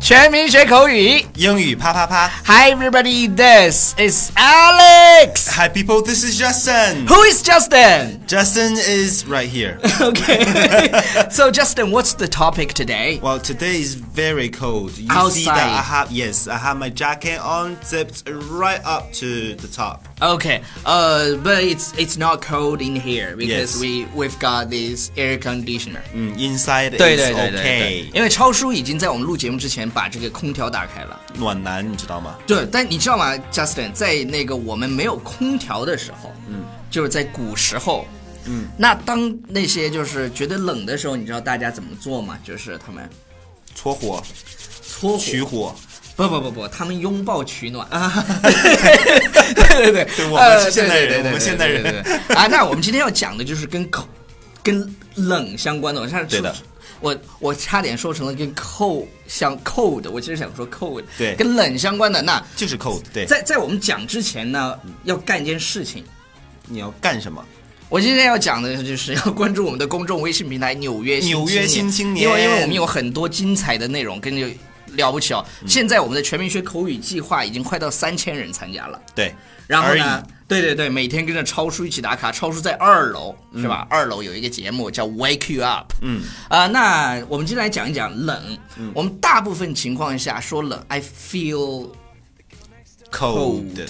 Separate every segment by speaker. Speaker 1: 全民学口语。
Speaker 2: 英语啪啪啪
Speaker 1: Hi everybody, this is Alex.
Speaker 2: Hi people, this is Justin.
Speaker 1: Who is Justin?
Speaker 2: Justin is right here.
Speaker 1: Okay. so Justin, what's the topic today?
Speaker 2: Well, today is very cold. You see
Speaker 1: Outside.
Speaker 2: that I have yes, I have my jacket on, zipped right up to the top.
Speaker 1: Okay. Uh, but it's it's not cold in here because
Speaker 2: Yes.
Speaker 1: we we've got this air conditioner.
Speaker 2: 嗯，inside Mm, is
Speaker 1: Mm. 对对对对
Speaker 2: okay.
Speaker 1: 因为超叔已经在我们录节目之前把这个空调打开了。
Speaker 2: 暖男，你知道吗？
Speaker 1: 对，但你知道吗，Justin，在那个我们没有空调的时候，嗯，就是在古时候，嗯，那当那些就是觉得冷的时候，你知道大家怎么做吗？就是他们
Speaker 2: 搓火、
Speaker 1: 搓火，
Speaker 2: 取火，
Speaker 1: 不不不不，他们拥抱取 暖啊！对对对，
Speaker 2: 对
Speaker 1: 呃
Speaker 2: 我们是现代
Speaker 1: 对对对
Speaker 2: 人
Speaker 1: 对
Speaker 2: 我们现代人
Speaker 1: 对对对对啊。那我们今天要讲的就是跟口、跟冷相关的。我差点
Speaker 2: 对的，
Speaker 1: 我我差点说成了跟 cold 相 cold，我其实想说 cold，
Speaker 2: 对
Speaker 1: 跟冷相关的。那
Speaker 2: 就是 cold。对，
Speaker 1: 在在我们讲之前呢，要干一件事情。
Speaker 2: 你要干什么？
Speaker 1: 我今天要讲的就是要关注我们的公众微信平台《纽约
Speaker 2: 纽约新青年
Speaker 1: 因为因为我们有很多精彩的内容，跟着了不起哦。
Speaker 2: 嗯
Speaker 1: 现在我们的全民学口语计划已经快到三千人参加了，
Speaker 2: 对，
Speaker 1: 然后
Speaker 2: 而已
Speaker 1: 呢，对对对，每天跟着超叔一起打卡，超叔在二楼是
Speaker 2: 嗯
Speaker 1: 吧？二楼有一个节目叫 Wake You Up，嗯啊、那我们今天来讲一讲冷。
Speaker 2: 嗯
Speaker 1: 我们大部分情况下说冷，I feel
Speaker 2: cold
Speaker 1: cold，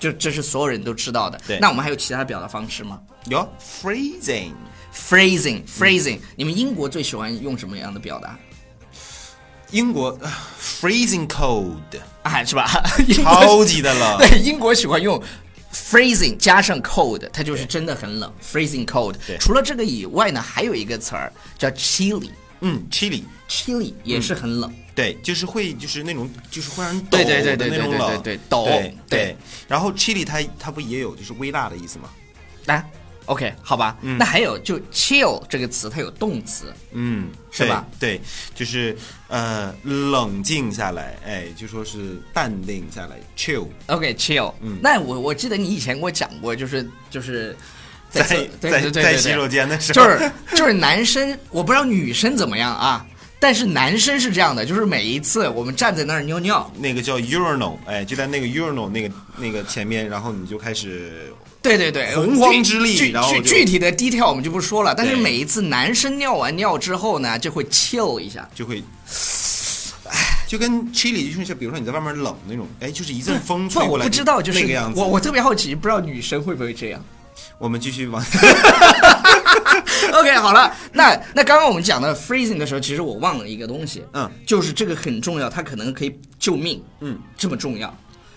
Speaker 1: 就这是所有人都知道的。
Speaker 2: 对
Speaker 1: 那我们还有其他表达方式吗？
Speaker 2: 哟，freezing。
Speaker 1: phrasing phrasing，、你们英国最喜欢用什么样的表达？
Speaker 2: 英国啊 freezing cold，
Speaker 1: 啊，是吧？英国
Speaker 2: 超级的 冷。
Speaker 1: 对英国喜欢用 phrasing 加上 cold，它就是真的很冷。phrasing cold
Speaker 2: 对。
Speaker 1: 除了这个以外呢，还有一个词儿叫 chilly，chilly
Speaker 2: 嗯，chilly。
Speaker 1: 也是很冷。
Speaker 2: 对，就是会就是那种就是会让人抖
Speaker 1: 对
Speaker 2: 的
Speaker 1: 对对对
Speaker 2: 那种
Speaker 1: 对对
Speaker 2: 冷，
Speaker 1: 对对抖
Speaker 2: 对
Speaker 1: 对
Speaker 2: 对。然后 chili 它它不也有就是微辣的意思吗？
Speaker 1: 来、o k 好吧。那还有就 chill 这个词，它有动词。
Speaker 2: 嗯，
Speaker 1: 是吧
Speaker 2: 对？对，就是呃冷静下来，哎，就说是淡定下来，chill。
Speaker 1: OK，chill、那
Speaker 2: 嗯
Speaker 1: 我我记得你以前给我讲过，就是就是
Speaker 2: 在
Speaker 1: 厕对
Speaker 2: 在
Speaker 1: 对对
Speaker 2: 在
Speaker 1: 对
Speaker 2: 洗
Speaker 1: 对
Speaker 2: 手间的时
Speaker 1: 就
Speaker 2: 候
Speaker 1: 是就是男生，我不知道女生怎么样啊，但是男生是这样的，就是每一次我们站在那儿尿尿，
Speaker 2: 那个叫 urinal，哎，就在那个 urinal 那个那个前面，然后你就开始
Speaker 1: 对对对，
Speaker 2: 洪荒之力
Speaker 1: 具
Speaker 2: 然后
Speaker 1: 具
Speaker 2: 就
Speaker 1: 具体的 detail 我们就不说了，但是
Speaker 2: 对
Speaker 1: 每一次男生尿完尿之后呢，就会 chill 一下，
Speaker 2: 就会。哎，就跟 chili 就是像，比如说你在外面冷那种，哎，就是一阵风
Speaker 1: 不，
Speaker 2: 吹
Speaker 1: 我
Speaker 2: 过来，
Speaker 1: 不知道，就是
Speaker 2: 那个样子。
Speaker 1: 我我特别好奇，不知道女生会不会这样。
Speaker 2: 我们继续 往
Speaker 1: OK，好了，那那刚刚我们讲的 freezing 的时候，其实我忘了一个东西，
Speaker 2: 嗯，
Speaker 1: 就是这个很重要，它可能可以救命，嗯，这么重要。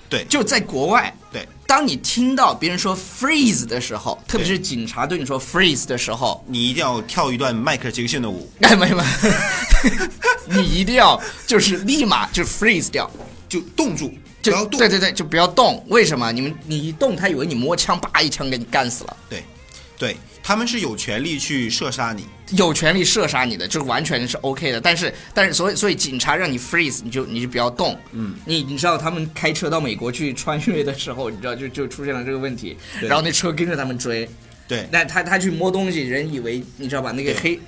Speaker 2: 对
Speaker 1: 就在国外，
Speaker 2: 对，
Speaker 1: 当你听到别人说 freeze 的时候，特别是警察对你说 freeze 的时候，
Speaker 2: 你一定要跳一段迈克尔杰克逊的舞，
Speaker 1: 哎没有 没有，你一定要就是立马就 freeze 掉，
Speaker 2: 就冻住，不
Speaker 1: 就
Speaker 2: 要动。
Speaker 1: 对对对，就不要动。为什么？你们你一动，他以为你摸枪，叭一枪给你干死了。
Speaker 2: 对对他们是有权利去射杀你。
Speaker 1: 有权利射杀你的，就是完全是 OK 的。但是，但是，所以，所以警察让你 freeze，你就你就不要动。嗯，你你知道他们开车到美国去穿越的时候，你知道就就出现了这个问题，
Speaker 2: 对
Speaker 1: 然后那车跟着他们追，
Speaker 2: 对，
Speaker 1: 那他他去摸东西，人以为你知道吧？那个
Speaker 2: 对
Speaker 1: 黑。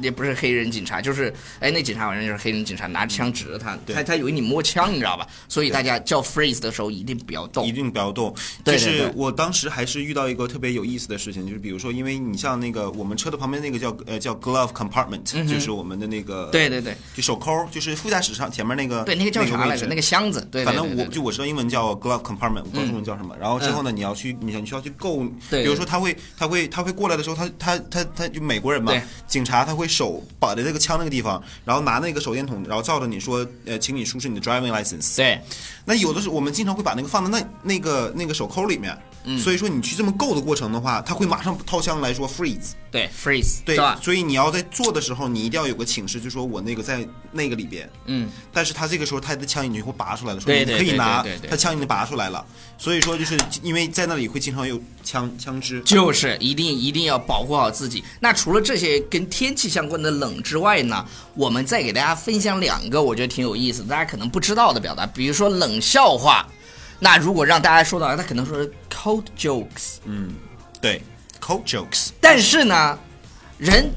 Speaker 1: 也不是黑人警察，就是哎，那警察好像就是黑人警察，拿着枪指着他，
Speaker 2: 对
Speaker 1: 他他以为你摸枪，你知道吧？所以大家叫 freeze 的时候一定不要动
Speaker 2: 一。定不要动。
Speaker 1: 对
Speaker 2: 就
Speaker 1: 对
Speaker 2: 是
Speaker 1: 对
Speaker 2: 我当时还是遇到一个特别有意思的事情，就是比如说，因为你像那个我们车的旁边那个叫呃叫 glove compartment，、就是我们的那个
Speaker 1: 嗯对对对，
Speaker 2: 就手抠，就是副驾驶上前面那个
Speaker 1: 对，那个叫啥
Speaker 2: 位
Speaker 1: 来着？
Speaker 2: 置
Speaker 1: 那个箱子，对，对
Speaker 2: 反
Speaker 1: 对
Speaker 2: 正我
Speaker 1: 对嗯
Speaker 2: 就我知道英文叫 glove compartment，我不知道中文叫什么。然后之后呢，你要去，你想你需要去购，
Speaker 1: 对
Speaker 2: 比如说他会他会他会过来的时候，他他他他就美国人嘛
Speaker 1: 对，
Speaker 2: 警察他会手绑着这个枪那个地方，然后拿那个手电筒，然后照着你说，呃，请你出示你的 driving license。
Speaker 1: 对，
Speaker 2: 那有的时候我们经常会把那个放在那那个那个手抠里面，
Speaker 1: 嗯
Speaker 2: 所以说你去这么够的过程的话，他会马上掏枪来说 freeze。
Speaker 1: 对，freeze，
Speaker 2: 对
Speaker 1: 是吧？，
Speaker 2: 所以你要在做的时候，你一定要有个请示，就说我那个在那个里边，
Speaker 1: 嗯，
Speaker 2: 但是他这个时候他的枪已经会拔出来了，说
Speaker 1: 对
Speaker 2: 你
Speaker 1: 对
Speaker 2: 可以
Speaker 1: 对
Speaker 2: 拿
Speaker 1: 对对对，
Speaker 2: 他枪已经拔出来了，所以说就是因为在那里会经常有枪枪支，
Speaker 1: 就是一定一定要保护好自己。那除了这些跟天气相关的冷之外呢，我们再给大家分享两个我觉得挺有意思，大家可能不知道的表达，比如说冷笑话。那如果让大家说到，他可能说是 cold jokes，
Speaker 2: 对，cold jokes，
Speaker 1: 但是呢，人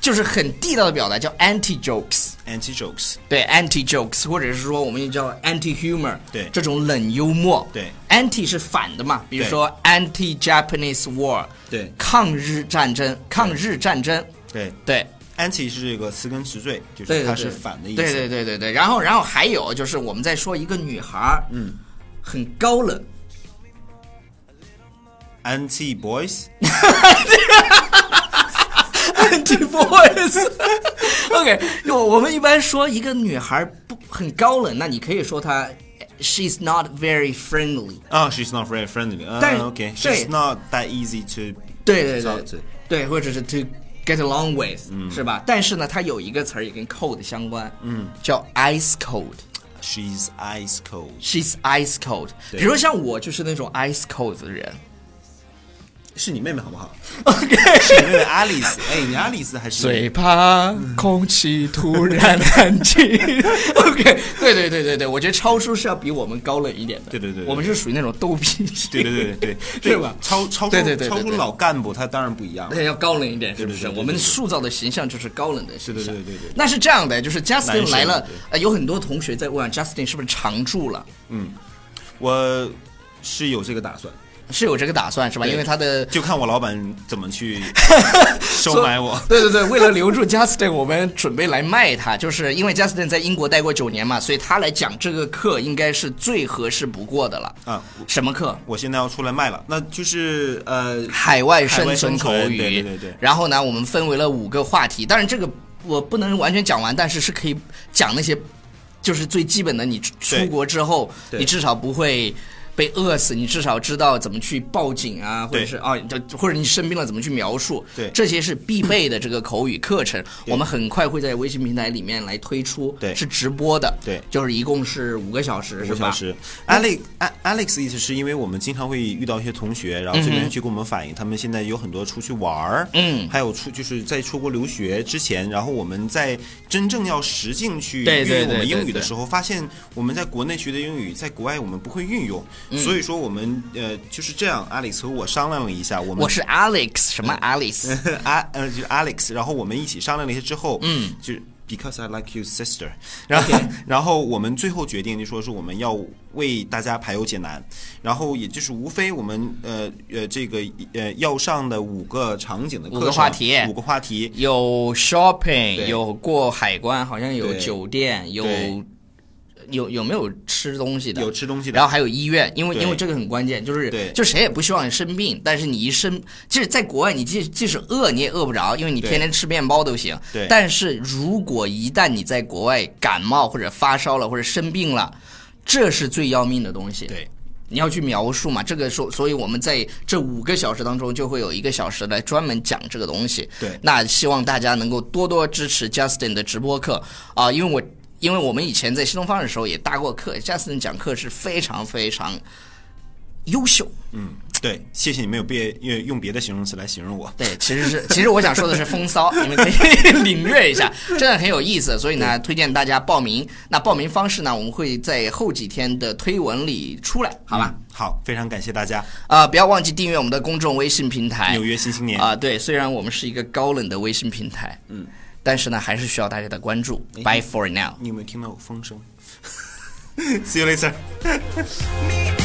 Speaker 1: 就是很地道的表达叫 anti jokes。
Speaker 2: anti jokes。
Speaker 1: 对 anti jokes，或者是说我们也叫 anti humor，
Speaker 2: 对
Speaker 1: 这种冷幽默，
Speaker 2: 对
Speaker 1: anti 是反的嘛，比如
Speaker 2: 对
Speaker 1: 说 anti Japanese war，
Speaker 2: 对
Speaker 1: 抗日战争，抗日战争，
Speaker 2: 对
Speaker 1: 对。
Speaker 2: ，anti 是这个词根词缀，就
Speaker 1: 对对
Speaker 2: 是它
Speaker 1: 对
Speaker 2: 是反的意思。
Speaker 1: 对对对对对，然后然后还有就是我们在说一个女孩儿，
Speaker 2: 嗯
Speaker 1: 很高冷，
Speaker 2: ，anti boys。
Speaker 1: anti boys。OK，我我们一般说一个女孩儿不很高冷，那你可以说她 she's not very friendly。
Speaker 2: 啊、s h e s not very friendly 啊。
Speaker 1: 但
Speaker 2: OK，she's、
Speaker 1: 对
Speaker 2: not that easy to
Speaker 1: 对对对
Speaker 2: talk to
Speaker 1: 对对，或者是 to get along with，、是
Speaker 2: 嗯
Speaker 1: 吧？但是呢，它有一个词儿也跟 cold 相关，嗯，叫 ice cold。
Speaker 2: She's ice cold，
Speaker 1: She's ice cold。比
Speaker 2: 对
Speaker 1: 如像我就是那种 ice cold 的人。
Speaker 2: 是你妹妹好不好？
Speaker 1: OK，
Speaker 2: 是你妹妹爱丽丝，哎，你爱丽丝 还是
Speaker 1: 最怕空气突然安静。OK，对对对对对，我觉得超叔是要比我们高冷一点的。
Speaker 2: 对对对对
Speaker 1: 我们是属于那种逗逼型。
Speaker 2: 对对对对对，
Speaker 1: 是吧？
Speaker 2: 超超出
Speaker 1: 对对对对
Speaker 2: 超出
Speaker 1: 对
Speaker 2: 老干部，他当然不一样。
Speaker 1: 对，要高冷一点，是不
Speaker 2: 对
Speaker 1: 是？
Speaker 2: 对对对
Speaker 1: 我们塑造的形象就是高冷的形象。
Speaker 2: 对对对对对
Speaker 1: 那是这样的，就是
Speaker 2: 男
Speaker 1: Justin
Speaker 2: 神
Speaker 1: 来了
Speaker 2: 对，
Speaker 1: 呃，有很多同学在问 Justin 是不是常驻了，
Speaker 2: 我是有这个 打算，
Speaker 1: 是有这个打算是吧？因为他的。
Speaker 2: 就看我老板怎么 去收买我。
Speaker 1: 对对对，为了留住 Justin，我们准备来卖他，就是因为 Justin 在英国待过九年嘛，所以他来讲这个课应该是最合适不过的了。
Speaker 2: 啊，
Speaker 1: 什么课？
Speaker 2: 我现在要出来卖了，那就是呃，
Speaker 1: 海外生
Speaker 2: 海外
Speaker 1: 存
Speaker 2: 生存
Speaker 1: 口语。
Speaker 2: 对对对对
Speaker 1: 然后呢，我们分为了五个话题，当然这个我不能完全讲完，但是是可以讲那些，就是最基本的，你出
Speaker 2: 对
Speaker 1: 出国之后，
Speaker 2: 对
Speaker 1: 你至少不会。被饿死，你至少知道怎么去报警啊，或者
Speaker 2: 对
Speaker 1: 是啊，就或者你生病了怎么去描述，
Speaker 2: 对
Speaker 1: 这些是必备的这个口语课程。我们很快会在微信平台里面来推出，
Speaker 2: 对
Speaker 1: 是直播的，
Speaker 2: 对
Speaker 1: 就是一共是五个小时，
Speaker 2: 五
Speaker 1: 是
Speaker 2: 个小
Speaker 1: 吧？
Speaker 2: 时。Alex A- Alex 的意思是因为我们经常会遇到一些同学，然后这边去跟我们反映，他们现在有很多出去玩儿，
Speaker 1: 嗯
Speaker 2: 还有出就是在出国留学之前，然后我们在真正要实境去
Speaker 1: 对
Speaker 2: 运
Speaker 1: 对
Speaker 2: 用我
Speaker 1: 对对
Speaker 2: 们英语的
Speaker 1: 对
Speaker 2: 时候，发现我们在国内学的英语，在国外我们不会运用，
Speaker 1: 嗯
Speaker 2: 所以说我们呃就是这样，Alex 和我商量了一下，我们
Speaker 1: 我是 Alex，什么 Alex？
Speaker 2: 啊呃就是 Alex，然后我们一起商量了一下之后，嗯，就是 Because I like you, sister。然 后然后我们最后决定就说是我们要为大家排忧解难，然后也就是无非我们呃呃这个呃要上的五个场景的
Speaker 1: 五
Speaker 2: 课
Speaker 1: 个
Speaker 2: 程
Speaker 1: 话题
Speaker 2: 五个话题，
Speaker 1: 有 shopping，
Speaker 2: 对
Speaker 1: 有过海关，好像有
Speaker 2: 对
Speaker 1: 酒店，有
Speaker 2: 对
Speaker 1: 有有没有吃东西的？
Speaker 2: 有吃东西的
Speaker 1: 然后还有医院，因为
Speaker 2: 对
Speaker 1: 因为这个很关键，就是
Speaker 2: 对
Speaker 1: 就谁也不希望你生病，但是你一生，即使在国外，你即即使饿你也饿不着，因为你
Speaker 2: 对
Speaker 1: 天天吃面包都行。
Speaker 2: 对
Speaker 1: 但是如果一旦你在国外感冒或者发烧了或者生病了，这是最要命的东西。
Speaker 2: 对。
Speaker 1: 你要去描述嘛，这个所所以我们在这五个小时当中就会有一个小时来专门讲这个东西。
Speaker 2: 对
Speaker 1: 那希望大家能够多多支持 Justin 的直播课啊、因为我因为我们以前在新东方的时候也搭过课，Justin 讲课是非常非常优秀。
Speaker 2: 嗯，对，谢谢你们有别用用别的形容词来形容我。
Speaker 1: 对，其实是，其实我想说的是风 骚，你们可以领略一下，真的很有意思。所以呢，推荐大家报名。那报名方式呢，我们会在后几天的推文里出来，好吧？
Speaker 2: 嗯好，非常感谢大家，
Speaker 1: 啊、不要忘记订阅我们的公众微信平台
Speaker 2: 纽约新青年。
Speaker 1: 啊、对，虽然我们是一个高冷的微信平台，嗯，但是呢，还是需要大家的关注。Bye for now。
Speaker 2: 你有没有听到有风声？See you later。
Speaker 3: Me and